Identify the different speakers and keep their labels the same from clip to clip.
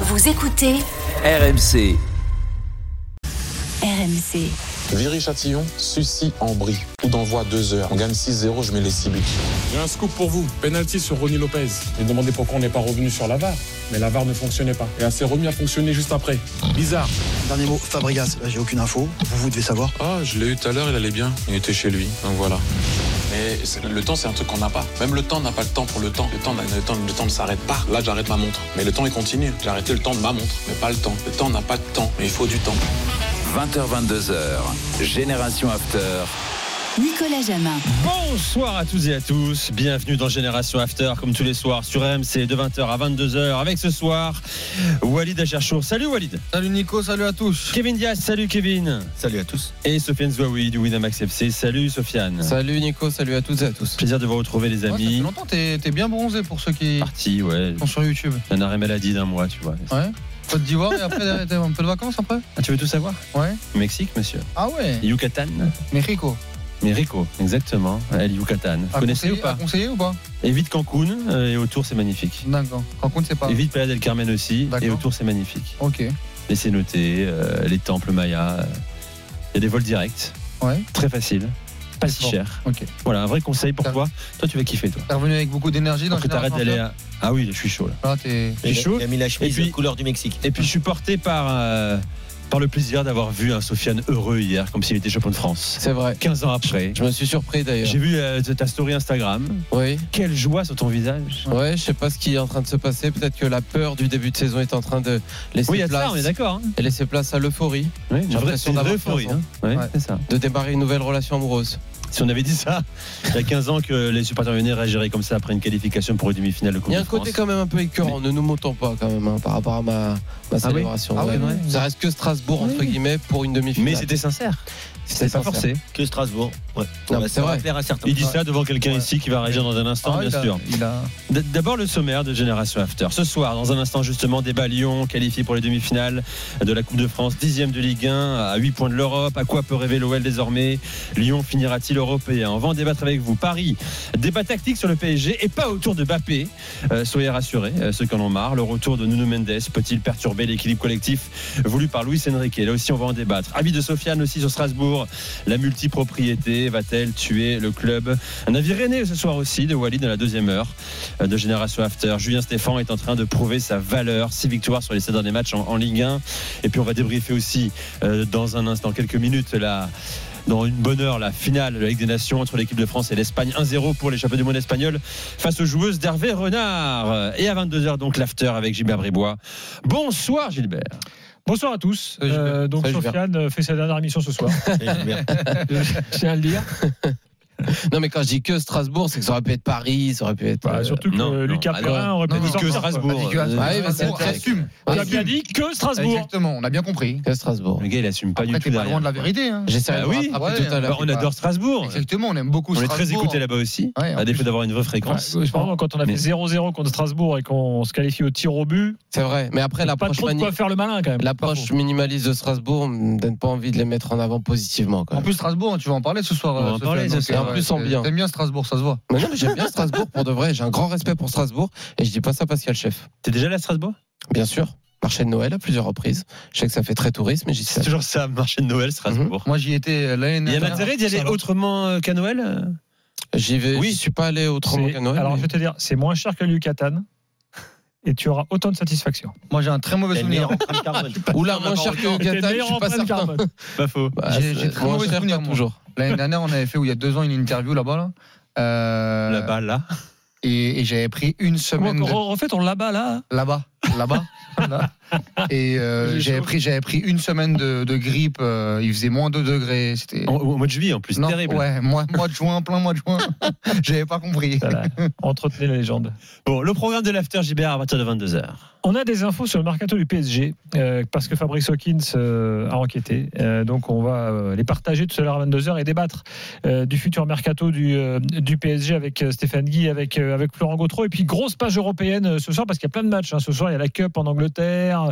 Speaker 1: Vous écoutez
Speaker 2: RMC.
Speaker 1: RMC.
Speaker 3: Viry-Châtillon, Sucy-en-Brie. Coup d'envoi 2 heures. On gagne 6-0, je mets les 6 buts.
Speaker 4: J'ai un scoop pour vous. Penalty sur Ronnie Lopez. J'ai demandé pourquoi on n'est pas revenu sur la VAR. Mais la VAR ne fonctionnait pas. Et elle s'est remis à fonctionner juste après. Bizarre.
Speaker 5: Dernier mot, Fabregas, j'ai aucune info, vous, vous devez savoir.
Speaker 6: Ah, je l'ai eu tout à l'heure, il allait bien. Il était chez lui, donc voilà. Mais c'est- le temps, c'est un truc qu'on n'a pas. Même le temps n'a pas le temps pour le temps. Le temps, n'a- le temps, le temps ne s'arrête pas. Là, j'arrête ma montre. Mais le temps, il continue. J'ai arrêté le temps de ma montre, mais pas le temps. Le temps n'a pas de temps, mais il faut du temps.
Speaker 2: 20h22h. Génération After.
Speaker 1: Nicolas Jamin.
Speaker 7: Bonsoir à tous et à tous, bienvenue dans Génération After, comme tous les soirs sur RMC de 20h à 22h, avec ce soir Walid Acharchour. Salut Walid
Speaker 8: Salut Nico, salut à tous.
Speaker 7: Kevin Diaz, salut Kevin
Speaker 8: Salut à tous.
Speaker 7: Et Sofiane Zouaoui du Winamax FC, salut Sofiane
Speaker 8: Salut Nico, salut à toutes et à tous.
Speaker 7: Plaisir de vous retrouver les
Speaker 8: Ouais, ça fait
Speaker 7: amis.
Speaker 8: longtemps, t'es t'es bien bronzé pour ceux qui
Speaker 9: Ah.
Speaker 7: Parti, ouais,
Speaker 8: sont sur YouTube.
Speaker 7: un arrêt maladie d'un mois, tu vois.
Speaker 8: Ouais. Côte d'Ivoire et après t'as un peu de vacances après
Speaker 7: Ah, tu veux tout savoir
Speaker 8: Ouais.
Speaker 7: Mexique, monsieur.
Speaker 8: Ah ouais
Speaker 7: Yucatan
Speaker 8: Mais Rico,
Speaker 7: Mais Rico, exactement, El Yucatan. Vous
Speaker 8: à
Speaker 7: connaissez ou
Speaker 8: Ah, conseiller- ah. à
Speaker 7: pas
Speaker 8: conseiller ou pas
Speaker 7: Évite Cancun, euh, et autour c'est magnifique.
Speaker 8: D'accord. Cancun c'est pas.
Speaker 7: Évite Playa del Carmen aussi, et
Speaker 8: D'accord.
Speaker 7: autour c'est magnifique.
Speaker 8: Ok.
Speaker 7: les cénotés, euh, les temples mayas. euh. Il y a des vols directs,
Speaker 8: Ouais.
Speaker 7: très faciles, pas si
Speaker 8: Bon.
Speaker 7: cher.
Speaker 8: Ok.
Speaker 7: Voilà, un vrai conseil pour
Speaker 8: Ça-
Speaker 7: toi. Toi, tu vas kiffer, toi.
Speaker 8: T'es revenu avec beaucoup d'énergie dans
Speaker 7: Pour que t'arrêtes
Speaker 8: Génération
Speaker 7: d'aller à... Ah oui, je suis chaud, là.
Speaker 9: hein.
Speaker 8: After Voilà, t'es-
Speaker 7: Je suis chaud.
Speaker 10: Il a mis la
Speaker 7: Et
Speaker 10: chemise
Speaker 7: puis-
Speaker 10: de couleur du Mexique.
Speaker 7: Et puis, je suis porté par, euh, par le plaisir d'avoir vu un Sofiane heureux hier, comme s'il était champion de France.
Speaker 9: C'est vrai.
Speaker 7: 15 ans après.
Speaker 9: Je me suis surpris d'ailleurs.
Speaker 7: J'ai vu euh, ta story Instagram.
Speaker 9: Oui.
Speaker 7: Quelle joie sur ton visage.
Speaker 9: Ouais, je sais pas ce qui est en train de se passer. Peut-être que la peur du début de saison est en train de laisser,
Speaker 7: Oui, il y a de ça,
Speaker 9: place,
Speaker 7: on est d'accord. Hein.
Speaker 9: et laisser place à l'euphorie,
Speaker 7: Oui, une vraie-
Speaker 9: l'impression
Speaker 7: une vraie
Speaker 9: d'avoir
Speaker 7: euphorie.
Speaker 9: 15 ans.
Speaker 7: hein. Ouais,
Speaker 8: Ouais.
Speaker 7: c'est ça.
Speaker 9: de démarrer une nouvelle relation amoureuse.
Speaker 7: Si on avait dit ça il y a 15 ans que les supporters venir réagiraient comme ça après une qualification pour une demi-finale de Coupe
Speaker 9: Il y a
Speaker 7: de
Speaker 9: un côté
Speaker 7: France.
Speaker 9: quand même un peu écœurant, ne nous montons pas quand même hein, par rapport à ma, ma célébration.
Speaker 8: Ah ouais,
Speaker 9: Ouais.
Speaker 8: ouais.
Speaker 9: Ça reste que Strasbourg entre
Speaker 7: Oui.
Speaker 9: guillemets pour une
Speaker 7: Mais
Speaker 9: demi-finale.
Speaker 7: c'était sincère.
Speaker 9: C'était
Speaker 7: C'était pas
Speaker 9: sincère.
Speaker 7: forcé.
Speaker 10: Que Strasbourg. Ouais.
Speaker 9: Non,
Speaker 10: Bah,
Speaker 9: mais
Speaker 10: ça
Speaker 9: c'est
Speaker 10: va
Speaker 9: vrai.
Speaker 10: plaire à certains.
Speaker 7: Il dit
Speaker 8: Ouais.
Speaker 7: ça devant quelqu'un
Speaker 8: Ouais.
Speaker 7: ici qui va réagir dans un instant,
Speaker 8: Ah, il
Speaker 7: bien
Speaker 9: bah.
Speaker 8: a-
Speaker 7: sûr.
Speaker 8: Il a.
Speaker 7: D- D'abord le sommaire de Génération After. Ce soir, dans un instant justement, débat Lyon qualifié pour les demi-finales de la Coupe de France, dixième de Ligue 1, à 8 points de l'Europe. À quoi peut rêver l'OL désormais Lyon finira-t-il européen On va en débattre avec vous. Paris, débat tactique sur le PSG et pas autour de Bappé. Euh, soyez rassurés, euh, ceux qui en ont marre. Le retour de Nuno Mendes peut-il perturber l'équilibre collectif voulu par Luis Enrique Là aussi, on va en débattre. Avis de Sofiane aussi sur Strasbourg. La multipropriété va-t-elle tuer le club Un avis rennais ce soir aussi de Walid dans la deuxième heure euh, de Génération After. Julien Stéphan est en train de prouver sa valeur. Six victoires sur les sept derniers matchs en, en Ligue 1. Et puis on va débriefer aussi euh, dans un instant, quelques minutes, la, dans une bonne heure, la finale de la Ligue des Nations entre l'équipe de France et l'Espagne. 1-0 pour les champions du monde espagnol face aux joueuses d'Hervé Renard. Euh, Et à 22h, donc, l'after avec Gilbert Bribois. Bonsoir, Gilbert.
Speaker 11: Bonsoir à tous.
Speaker 9: Salut, Gilbert.
Speaker 11: Euh, donc
Speaker 9: Salut, Gilbert.
Speaker 11: Sofiane euh, fait sa dernière émission ce soir. Je tiens à le dire.
Speaker 9: Non mais quand je dis que Strasbourg, c'est que ça aurait pu être Paris, ça aurait pu être.
Speaker 11: Bah,
Speaker 9: euh,
Speaker 11: surtout que
Speaker 7: non,
Speaker 11: euh,
Speaker 7: non.
Speaker 11: Lucas
Speaker 9: Alors,
Speaker 11: Perrin aurait pu
Speaker 8: non,
Speaker 11: nous
Speaker 8: non,
Speaker 11: sortir, quoi.
Speaker 9: Strasbourg.
Speaker 7: euh,
Speaker 8: Dit que-
Speaker 9: Ah oui, mais c'est
Speaker 8: Strasbourg,
Speaker 9: le truc.
Speaker 8: assume.
Speaker 11: On a
Speaker 9: Assume.
Speaker 11: bien dit que Strasbourg.
Speaker 8: Ah, Exactement, on a bien compris.
Speaker 9: Que Strasbourg.
Speaker 7: Le gars, il assume pas
Speaker 8: Après,
Speaker 7: du
Speaker 8: t'es
Speaker 7: tout
Speaker 8: pas
Speaker 7: derrière.
Speaker 8: loin de la vérité. hein.
Speaker 9: J'essaierai
Speaker 7: Bah
Speaker 9: de me
Speaker 7: oui.
Speaker 9: rattraper
Speaker 8: Ouais.
Speaker 9: tout à
Speaker 7: Bah,
Speaker 9: l'heure.
Speaker 7: on adore Strasbourg.
Speaker 8: Exactement, on aime beaucoup
Speaker 7: On est
Speaker 8: Strasbourg.
Speaker 7: très écouté là-bas aussi,
Speaker 8: Ouais, en
Speaker 7: à défaut
Speaker 8: plus.
Speaker 7: d'avoir une vraie
Speaker 11: Ouais,
Speaker 7: fréquence.
Speaker 11: je pense que quand on a fait
Speaker 7: Mais-
Speaker 11: 0-0 contre Strasbourg et qu'on se qualifie au tir au but,
Speaker 9: C'est vrai. Mais après,
Speaker 11: pas
Speaker 9: l'approche
Speaker 11: trop de
Speaker 9: mani-
Speaker 11: quoi faire le malin quand même.
Speaker 9: l'approche minimaliste de Strasbourg me donne pas envie de les mettre en avant positivement. Quand
Speaker 8: En
Speaker 9: même.
Speaker 8: plus, Strasbourg, hein, tu vas en parler ce soir.
Speaker 7: On va en
Speaker 8: Sofiane,
Speaker 7: parler ce
Speaker 8: donc,
Speaker 7: soir.
Speaker 8: euh,
Speaker 9: En plus, en bien.
Speaker 8: T'aimes bien Strasbourg, ça se voit.
Speaker 9: Mais non, mais j'aime bien Strasbourg pour de vrai. J'ai un grand respect pour Strasbourg et je dis pas ça parce qu'il y a le chef.
Speaker 7: T'es déjà là à Strasbourg
Speaker 9: Bien sûr, marché de Noël à plusieurs reprises. Je sais que ça fait très touriste, mais j'y suis
Speaker 7: C'est toujours ça, marché de Noël, Strasbourg.
Speaker 8: Moi, j'y étais euh, l'année
Speaker 7: Il y a
Speaker 8: dernière.
Speaker 7: l'intérêt d'y aller
Speaker 8: Ça va.
Speaker 7: autrement euh, qu'à Noël euh
Speaker 9: J'y vais.
Speaker 7: Oui.
Speaker 9: Oui, je suis pas allé autrement
Speaker 11: C'est-
Speaker 9: qu'à Noël.
Speaker 11: alors
Speaker 9: mais-
Speaker 11: je vais te dire, c'est moins cher que le Yucatan et tu auras autant de satisfaction.
Speaker 8: Moi, j'ai un très mauvais
Speaker 10: T'as une
Speaker 8: souvenir.
Speaker 10: meilleure empreinte carbone.
Speaker 9: Oula, moins cher que
Speaker 11: T'es
Speaker 9: Yucatan, je
Speaker 11: meilleur
Speaker 9: suis
Speaker 11: en
Speaker 9: pas
Speaker 11: plein de
Speaker 9: certain.
Speaker 11: carbone.
Speaker 7: Pas faux.
Speaker 9: Bah,
Speaker 8: J'ai-
Speaker 9: c'est
Speaker 8: j'ai très
Speaker 9: moins
Speaker 8: mauvais
Speaker 9: cher pas
Speaker 8: souvenir, moi.
Speaker 9: toujours.
Speaker 8: L'année dernière, on avait fait, ou il y a deux ans, une interview là-bas. Là. Euh,
Speaker 7: Là-bas, là.
Speaker 8: Et, et j'avais pris une semaine de-
Speaker 11: En fait, on là-bas là.
Speaker 8: là-bas, là-bas. là. Et euh,
Speaker 11: J'ai
Speaker 8: j'avais
Speaker 11: chaud.
Speaker 8: pris, j'avais pris une semaine de, de grippe. euh, il faisait moins 2 degrés. C'était
Speaker 7: En- Au mois de juillet, en plus,
Speaker 8: Non,
Speaker 7: Oh, terrible.
Speaker 8: Ouais, mois, mois de juin, plein mois de juin. j'avais pas compris.
Speaker 11: Voilà. Entretenez la légende.
Speaker 7: Bon, le programme de l'After JBR à partir de 22h.
Speaker 11: On a des infos sur le mercato du PSG euh, parce que Fabrice Hawkins euh, a enquêté. Euh, donc on va euh, les partager tout à l'heure à 22h et débattre euh, du futur mercato du, euh, du PSG avec euh, Stéphane Guy, avec, euh, avec Florent Gautreau. Et puis grosse page européenne euh, ce soir parce qu'il y a plein de matchs. hein. Ce soir, il y a la Cup en Angleterre,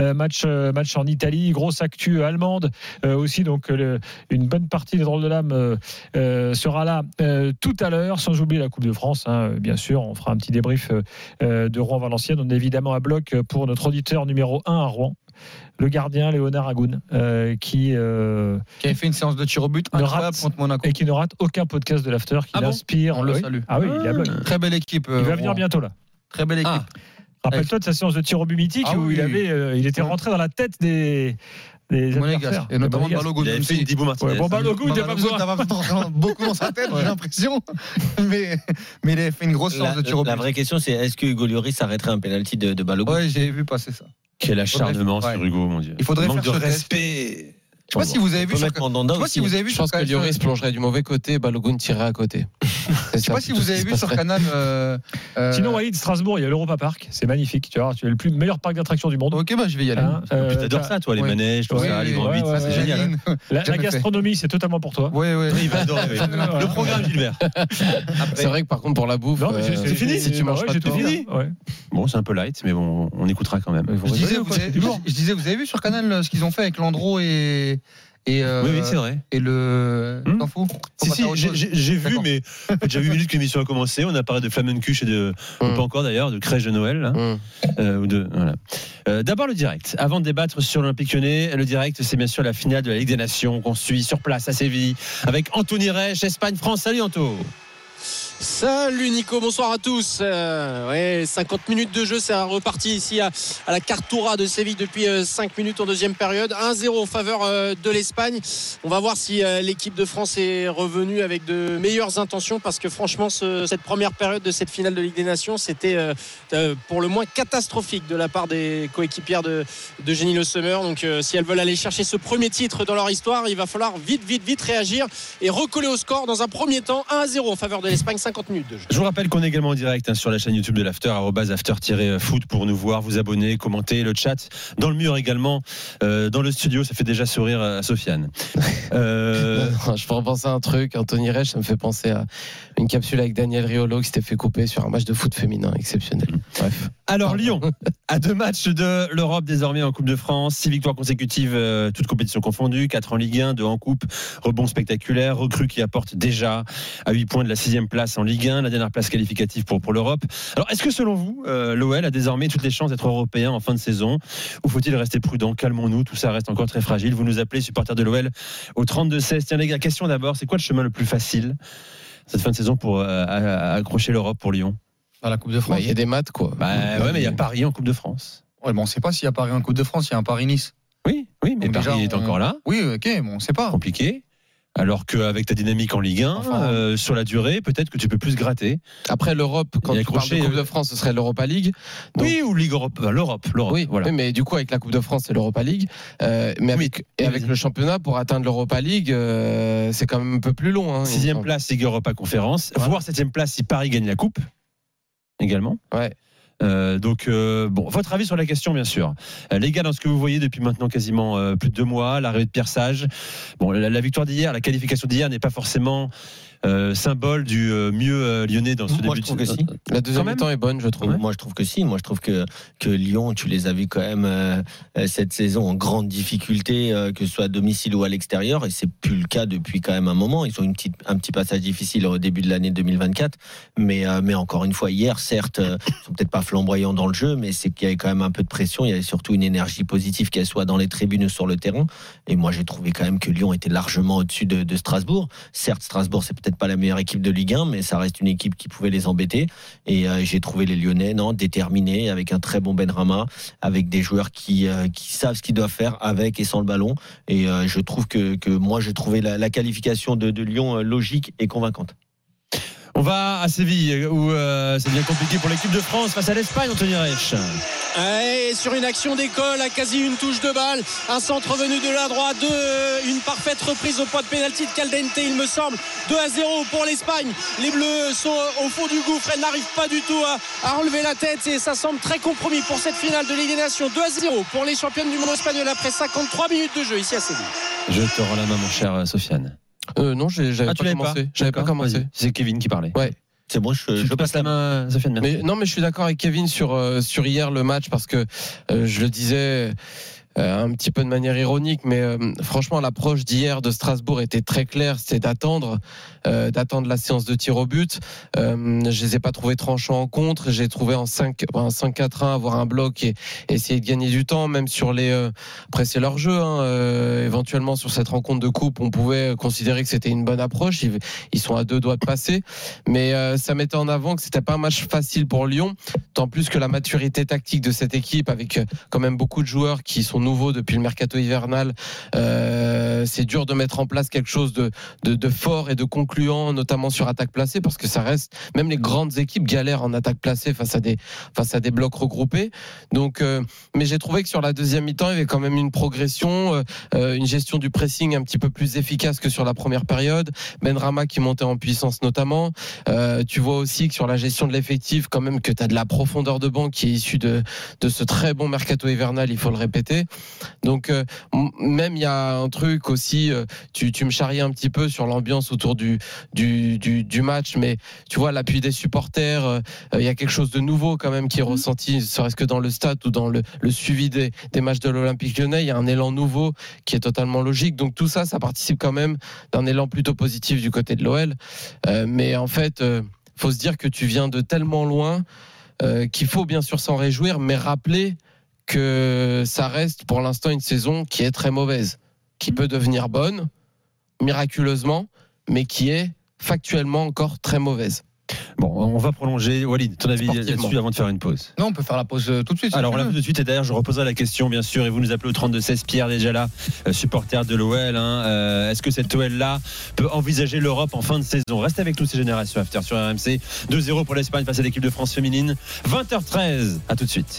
Speaker 11: euh, match, euh, match en Italie, grosse actu allemande euh, aussi. Donc euh, le- une bonne partie des drôles de l'âme euh, euh, sera là euh, tout à l'heure, sans oublier la Coupe de France. hein, euh, bien sûr, on fera un petit débrief euh, euh, de Rouen-Valenciennes. On est évidemment à bloc l'époque pour notre auditeur numéro 1 à Rouen, le gardien Léonard Agoun, euh, qui, euh,
Speaker 8: Qui avait fait une séance de tir au but
Speaker 11: Le
Speaker 8: incroyable
Speaker 11: Rat.
Speaker 8: contre Monaco.
Speaker 11: et qui ne rate aucun podcast de l'After, qui
Speaker 8: Ah bon
Speaker 11: l'inspire.
Speaker 8: On le
Speaker 11: Ah oui.
Speaker 8: salue.
Speaker 11: Ah oui, il, a bloqué.
Speaker 8: Très belle équipe.
Speaker 11: il
Speaker 8: euh,
Speaker 11: va venir
Speaker 8: Rouen.
Speaker 11: bientôt là.
Speaker 8: Très belle équipe.
Speaker 9: Ah.
Speaker 11: Rappelle-toi de sa séance de tir au but mythique
Speaker 8: Ah
Speaker 11: où
Speaker 8: oui.
Speaker 11: il, avait, euh, il était rentré dans la tête des. des
Speaker 8: Monégasque.
Speaker 11: adversaires,
Speaker 8: Et
Speaker 11: des
Speaker 8: notamment
Speaker 11: Monégasques.
Speaker 8: Balogun.
Speaker 7: Il avait
Speaker 8: même
Speaker 7: fait une
Speaker 8: si-
Speaker 7: Dibou Martinez.
Speaker 11: Ouais, bon, bah, le coup, il était pas
Speaker 8: Balogun
Speaker 11: besoin.
Speaker 8: n'a pas forcément beaucoup dans sa tête, j'ai l'impression. Mais, mais il avait fait une grosse séance
Speaker 10: La,
Speaker 8: de tir au but.
Speaker 10: la vraie question, c'est est-ce que Hugo Lloris s'arrêterait un penalty de, de Balogun
Speaker 8: Ouais, j'ai vu passer ça.
Speaker 7: Quel acharnement
Speaker 8: Ouais.
Speaker 7: sur Hugo, mon Dieu.
Speaker 8: Il faudrait
Speaker 7: Manque
Speaker 8: faire
Speaker 7: de
Speaker 8: ce test.
Speaker 7: respect.
Speaker 8: Je sais pas si vous avez
Speaker 10: On
Speaker 8: vu
Speaker 10: peut
Speaker 8: sur-
Speaker 10: mettre
Speaker 8: je
Speaker 10: Mandanda
Speaker 8: sais pas
Speaker 10: aussi.
Speaker 8: si vous avez vu
Speaker 9: Je
Speaker 8: sur
Speaker 9: pense que
Speaker 8: Canal-
Speaker 9: Lloris plongerait du mauvais côté, bah, Balogun tirerait à côté. Je
Speaker 8: Je sais pas si vous avez vu sur Canal. euh, euh,
Speaker 11: Sinon, Walid, Strasbourg, il y a l'Europa Park, c'est magnifique, tu vois, tu es le plus meilleur parc d'attractions du monde.
Speaker 8: Ok, bah je vais y aller.
Speaker 11: Hein, euh,
Speaker 7: Tu Ah, T'adores ça, toi, les
Speaker 8: ouais.
Speaker 7: manèges, tout
Speaker 8: Oui,
Speaker 7: ça, les
Speaker 8: oui,
Speaker 7: grands
Speaker 11: ouais,
Speaker 7: vides,
Speaker 11: ouais,
Speaker 7: ça, c'est
Speaker 11: ouais.
Speaker 7: génial. hein.
Speaker 11: La,
Speaker 8: Jamais
Speaker 11: la
Speaker 8: fait.
Speaker 11: gastronomie, c'est totalement pour toi.
Speaker 8: Ouais, ouais.
Speaker 7: Il va adorer. oui. Le programme, Gilbert.
Speaker 9: C'est vrai que par contre, pour la bouffe,
Speaker 11: Non, mais
Speaker 9: euh,
Speaker 11: j'ai- j'ai-
Speaker 9: si tu
Speaker 11: bah
Speaker 9: manges
Speaker 11: ouais,
Speaker 9: pas
Speaker 11: j'ai
Speaker 9: tout,
Speaker 11: tout fini. Ouais.
Speaker 7: Bon, c'est un peu light, mais bon, on écoutera quand même.
Speaker 8: Je disais,
Speaker 11: rigolez ou
Speaker 8: vous
Speaker 11: quoi,
Speaker 8: avez,
Speaker 11: c'est du lourd.
Speaker 8: je disais, vous avez vu sur Canal euh, ce qu'ils ont fait avec Landreau et et, euh,
Speaker 7: Oui, oui, c'est vrai.
Speaker 8: et le
Speaker 7: Hmm
Speaker 8: t'en fous
Speaker 7: Si,
Speaker 8: Faut
Speaker 7: si,
Speaker 8: pas faire autre
Speaker 7: j'ai-
Speaker 8: chose.
Speaker 7: j'ai j'ai vu,
Speaker 8: D'accord.
Speaker 7: mais ça fait déjà 8 minutes que l'émission a commencé. On a parlé de Flamencuche et de. ou
Speaker 8: Mm.
Speaker 9: Hum.
Speaker 7: Pas encore d'ailleurs, de crèche de Noël. là.
Speaker 9: Hum.
Speaker 7: Euh, ou de- voilà. Euh, D'abord le direct. Avant de débattre sur l'Olympique Lyonnais, le direct, c'est bien sûr la finale de la Ligue des Nations qu'on suit sur place à Séville avec Anthony Reich, Espagne-France. Salut Anto.
Speaker 10: Salut Nico, bonsoir à tous. Euh, ouais, 50 minutes de jeu, c'est reparti ici à, à la Cartura de Séville depuis 5 minutes en deuxième période. 1-0 en faveur euh, de l'Espagne. On va voir si euh, l'équipe de France est revenue avec de meilleures intentions parce que franchement, ce- cette première période de cette finale de Ligue des Nations, c'était euh, euh, pour le moins catastrophique de la part des coéquipières de, de Jenny Le Sommer. Donc euh, si elles veulent aller chercher ce premier titre dans leur histoire, il va falloir vite, vite, vite réagir et recoller au score dans un premier temps 1-0 en faveur de l'Espagne, 50 minutes de jeu.
Speaker 7: Je vous rappelle qu'on est également en direct hein, sur la chaîne YouTube de l'After, arrobase after-foot pour nous voir, vous abonner, commenter, le chat, dans le mur également, euh, dans le studio, ça fait déjà sourire à Sofiane. Euh,
Speaker 9: Non, je peux repenser à un truc. Anthony Reich, ça me fait penser à une capsule avec Daniel Riolo qui s'était fait couper sur un match de foot féminin
Speaker 7: Bah,
Speaker 9: exceptionnel. Bref.
Speaker 7: alors Lyon, à deux matchs de l'Europe désormais en Coupe de France, six victoires consécutives, euh, toutes compétitions confondues, quatre en Ligue 1, deux en Coupe, rebond spectaculaire, recrue qui apporte déjà à 8 points de la sixième place en Ligue 1, la dernière place qualificative pour, pour l'Europe. Alors est-ce que selon vous, euh, l'OL a désormais toutes les chances d'être européen en fin de saison ou faut-il rester prudent Calmons-nous, tout ça reste encore très fragile. Vous nous appelez supporters de l'OL au 32-16. Tiens les gars, question d'abord, c'est quoi le chemin le plus facile cette fin de saison pour euh, à- à- accrocher l'Europe pour Lyon
Speaker 8: à la Coupe de
Speaker 9: Bah,
Speaker 8: France.
Speaker 9: Il y a des maths, quoi. euh,
Speaker 7: Bah ouais, mais il y a Paris en Coupe de France.
Speaker 8: Ouais, bon, on sait pas s'il y a Paris en Coupe de France, il y a un Paris Nice.
Speaker 7: Oui, oui, mais
Speaker 8: Donc
Speaker 7: Paris
Speaker 8: déjà,
Speaker 7: est
Speaker 8: on-
Speaker 7: encore là,
Speaker 8: Oui, ok, bon, on sait pas.
Speaker 7: compliqué. Alors qu'avec ta dynamique en Ligue 1,
Speaker 8: Enfin,
Speaker 7: euh, sur la durée, peut-être que tu peux plus gratter.
Speaker 9: Après l'Europe, quand
Speaker 7: Il y a
Speaker 9: tu parles de
Speaker 7: Crochet,
Speaker 9: Coupe
Speaker 7: euh,
Speaker 9: de France, ce serait l'Europa League. Donc-
Speaker 7: Oui, ou Ligue Europe, enfin, l'Europe, l'Europe.
Speaker 9: Oui,
Speaker 7: voilà.
Speaker 9: oui, mais du coup, avec la Coupe de France, c'est l'Europa League. Euh, mais avec, et
Speaker 7: oui,
Speaker 9: avec
Speaker 7: vas-y.
Speaker 9: le championnat, pour atteindre l'Europa League, euh, c'est quand même un peu plus long. Hein, il me
Speaker 7: Sixième
Speaker 9: semble.
Speaker 7: place, Ligue Europa Conférence. Voire septième place si Paris gagne la Coupe. Également.
Speaker 9: Ouais.
Speaker 7: Euh, donc, euh, bon, votre avis sur la question, bien sûr. Euh, les gars, dans ce que vous voyez depuis maintenant quasiment euh, plus de deux mois, l'arrivée de Pierre Sage, bon, la, la victoire d'hier, la qualification d'hier n'est pas forcément euh, symbole du euh, mieux euh, lyonnais dans ce
Speaker 10: Moi,
Speaker 7: début
Speaker 10: je trouve
Speaker 7: de
Speaker 10: que si.
Speaker 9: La deuxième
Speaker 7: Quand même.
Speaker 9: mi-temps est bonne, je trouve.
Speaker 10: Moi, je trouve que si. Moi, je trouve que, que Lyon, tu les as vus quand même euh, euh, cette saison en grande difficulté, euh, que ce soit à domicile ou à l'extérieur. Et c'est plus le cas depuis quand même un moment. Ils ont une petite, un petit passage difficile au début de l'année 2024. Mais, euh, mais encore une fois, hier, certes, euh, ils sont peut-être pas flamboyants dans le jeu, mais c'est qu'il y avait quand même un peu de pression. Il y avait surtout une énergie positive, qu'elle soit dans les tribunes ou sur le terrain. Et moi, j'ai trouvé quand même que Lyon était largement au-dessus de, de Strasbourg. Certes, Strasbourg, c'est peut-être pas la meilleure équipe de Ligue 1, mais ça reste une équipe qui pouvait les embêter. Et euh, j'ai trouvé les Lyonnais non, déterminés, avec un très bon Benrama, avec des joueurs qui, euh, qui savent ce qu'ils doivent faire avec et sans le ballon. Et euh, je trouve que, que moi, j'ai trouvé la, la qualification de, de Lyon euh, logique et convaincante.
Speaker 7: On va à Séville, où euh, c'est bien compliqué pour l'équipe de France face à l'Espagne, Anthony Reich.
Speaker 10: Et sur une action d'école, à quasi une touche de balle, un centre venu de la droite, deux, une parfaite reprise au point de pénalty de Caldente, il me semble. 2 à 0 pour l'Espagne. Les Bleus sont au fond du gouffre, elles n'arrivent pas du tout à, à relever la tête et ça semble très compromis pour cette finale de Ligue des Nations. 2 à 0 pour les championnes du monde espagnol après 53 minutes de jeu ici à Séville.
Speaker 7: Je te rends la main, mon cher euh, Sofiane.
Speaker 9: Euh, non, j'ai- j'avais
Speaker 7: Ah, tu
Speaker 9: pas
Speaker 7: l'avais
Speaker 9: commencé.
Speaker 7: pas
Speaker 9: J'avais pas
Speaker 7: D'accord,
Speaker 9: commencé.
Speaker 7: vas-y. C'est Kevin qui parlait.
Speaker 10: C'est bon, je,
Speaker 7: Je, passe la main, à Sofiane. Merci.
Speaker 9: Mais, non, mais je suis d'accord avec Kevin sur, euh, sur hier le match parce que euh, je le disais, euh, un petit peu de manière ironique, mais euh, franchement, l'approche d'hier de Strasbourg était très claire, c'était d'attendre, euh, d'attendre la séance de tir au but. Euh, je les ai pas trouvés tranchants en contre, j'ai trouvé en 5, en 5-4-1 avoir un bloc et, et essayer de gagner du temps, même sur les. euh, après, c'est leur jeu. hein, euh, éventuellement, sur cette rencontre de coupe, on pouvait considérer que c'était une bonne approche. Ils, ils sont à deux doigts de passer, mais euh, ça mettait en avant que c'était pas un match facile pour Lyon. Tant plus que la maturité tactique de cette équipe, avec euh, quand même beaucoup de joueurs qui sont nouveaux depuis le mercato hivernal, euh, c'est dur de mettre en place quelque chose de, de, de fort et de concluant, notamment sur attaque placée, parce que ça reste même les grandes équipes galèrent en attaque placée face à des face à des blocs regroupés. Donc, euh, mais j'ai trouvé que sur la deuxième mi-temps, il y avait quand même une progression, euh, euh, une gestion du pressing un petit peu plus efficace que sur la première période. Ben Rama qui montait en puissance notamment. Euh, tu vois aussi que sur la gestion de l'effectif, quand même que tu as de la profondeur de banque qui est issue de, de ce très bon mercato hivernal, il faut le répéter. Donc euh, m- même il y a un truc aussi, euh, tu, tu me charries un petit peu sur l'ambiance autour du, du, du, du match, mais tu vois l'appui des supporters, euh, euh, il y a quelque chose de nouveau quand même qui est ressenti, ne serait-ce que dans le stade ou dans le, le suivi des, des matchs de l'Olympique lyonnais, il y a un élan nouveau qui est totalement logique. Donc tout ça, ça participe quand même d'un élan plutôt positif du côté de l'OL. Euh, mais en fait, euh, faut se dire que tu viens de tellement loin euh, qu'il faut bien sûr s'en réjouir, mais rappeler que ça reste pour l'instant une saison qui est très mauvaise, qui peut devenir bonne, miraculeusement, mais qui est factuellement encore très mauvaise.
Speaker 7: Bon, on va prolonger. Walid, ton avis là-dessus avant de faire une pause.
Speaker 8: Non, on peut faire la pause euh, tout de suite. si
Speaker 7: Alors,
Speaker 8: tu
Speaker 7: on l'a
Speaker 8: veux.
Speaker 7: fait tout de suite, et d'ailleurs, je reposerai la question, bien sûr, et vous nous appelez au 32-16. Pierre, déjà là, euh, supporter de l'OL. hein. Euh, Est-ce que cette OL-là peut envisager l'Europe en fin de saison Restez avec nous, ces générations After sur RMC. 2-0 pour l'Espagne face à l'équipe de France féminine. 20h13, à tout de suite.